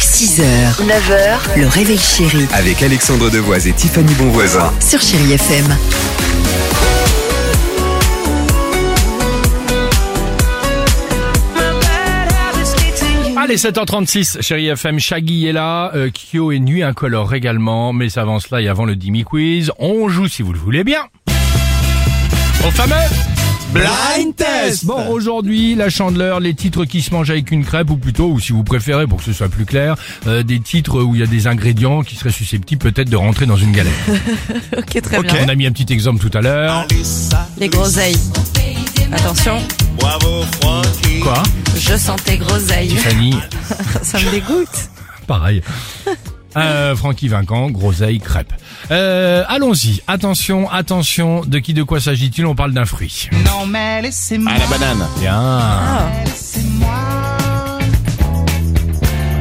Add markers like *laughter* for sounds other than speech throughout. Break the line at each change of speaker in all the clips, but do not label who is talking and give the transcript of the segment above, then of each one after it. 6h, 9h, le réveil chéri
Avec Alexandre Devoise et Tiffany Bonvoisin.
sur Chéri FM.
Allez, 7h36, chérie FM, Shaggy est là, euh, Kyo et Nuit Incolore également, mais avant cela et avant le Dimi Quiz, on joue si vous le voulez bien. Au fameux Blind Test Bon, aujourd'hui, la chandeleur, les titres qui se mangent avec une crêpe, ou plutôt, ou si vous préférez, pour que ce soit plus clair, euh, des titres où il y a des ingrédients qui seraient susceptibles peut-être de rentrer dans une galère.
Ok, très bien.
On a mis un petit exemple tout à l'heure.
Les groseilles. Attention,
Quoi
je sens tes groseilles.
Tiffany
Ça me dégoûte.
Pareil. Euh, Francky Vincent, groseille, crêpe. Euh, Allons-y. Attention, attention. De qui, de quoi s'agit-il On parle d'un fruit.
Non mais laissez-moi,
À la banane.
Bien.
laissez-moi.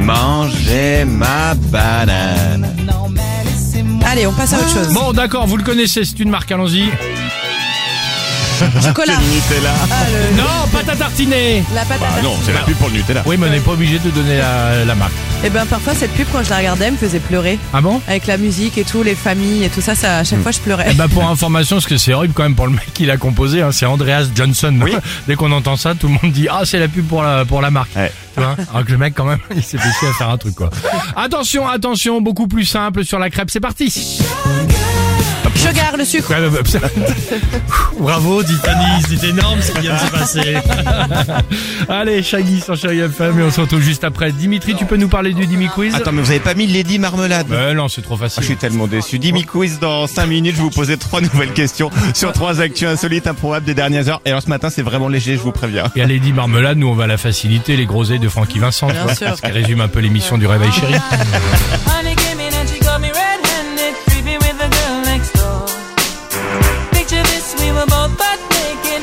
Mangez ma banane.
Non mais laissez-moi.
Allez, on passe à autre chose.
Bon, d'accord, vous le connaissez, c'est une marque. Allons-y.
Chocolat.
Nutella.
Ah, le-
Non, pâte à tartiner.
la pâte à
Ah non, c'est la pub pour le Nutella.
Oui, mais on n'est pas obligé de donner la, la marque.
Et ben parfois cette pub quand je la regardais elle me faisait pleurer
Ah bon
avec la musique et tout, les familles et tout ça, ça à
Hmm.
chaque fois je pleurais.
Eh ben pour information, parce que c'est horrible quand même pour le mec qui l'a composé, hein, c'est Andreas Johnson. *laughs* Dès qu'on entend ça, tout le monde dit ah c'est la pub pour la pour la marque.
Ouais.
Tu vois Alors que le mec quand même, *laughs* il s'est fait chier à faire un truc quoi. attention, attention, beaucoup plus simple sur la crêpe. C'est parti.
Sugar, le sucre.
Ouais, ouais, ouais, absolument. euh, *laughs* Bravo, Titanic, c'est énorme ce qui vient de se passer. *laughs* Allez, Shaggy sur Chéri FM et on se retrouve juste après. Dimitri, tu peux nous parler du Dimi Quiz
Attends, mais vous avez pas mis Lady Marmelade
Ben non, c'est trop
Ah, je
facile.
suis tellement déçu. Dimi Quiz, dans 5 minutes, je vous posais trois *laughs* nouvelles questions sur trois actus insolites, improbables des dernières heures. Et alors ce matin, c'est vraiment léger, je vous préviens.
Et à Lady Marmelade, nous on va la faciliter, les groseilles de Francky Vincent.
Bien
tu vois,
sûr.
Ce qui résume un peu l'émission du Réveil
*laughs*
Chéri.
Honey came in and she got me red-handed, creepy with the girl next door. Picture this, we were both butt naked.